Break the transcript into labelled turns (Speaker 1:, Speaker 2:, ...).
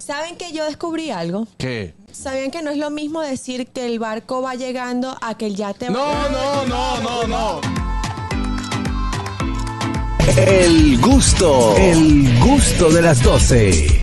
Speaker 1: ¿Saben que yo descubrí algo?
Speaker 2: ¿Qué?
Speaker 1: ¿Sabían que no es lo mismo decir que el barco va llegando a que el yate va
Speaker 2: No, no, no, no, no.
Speaker 3: El gusto, el gusto de las doce.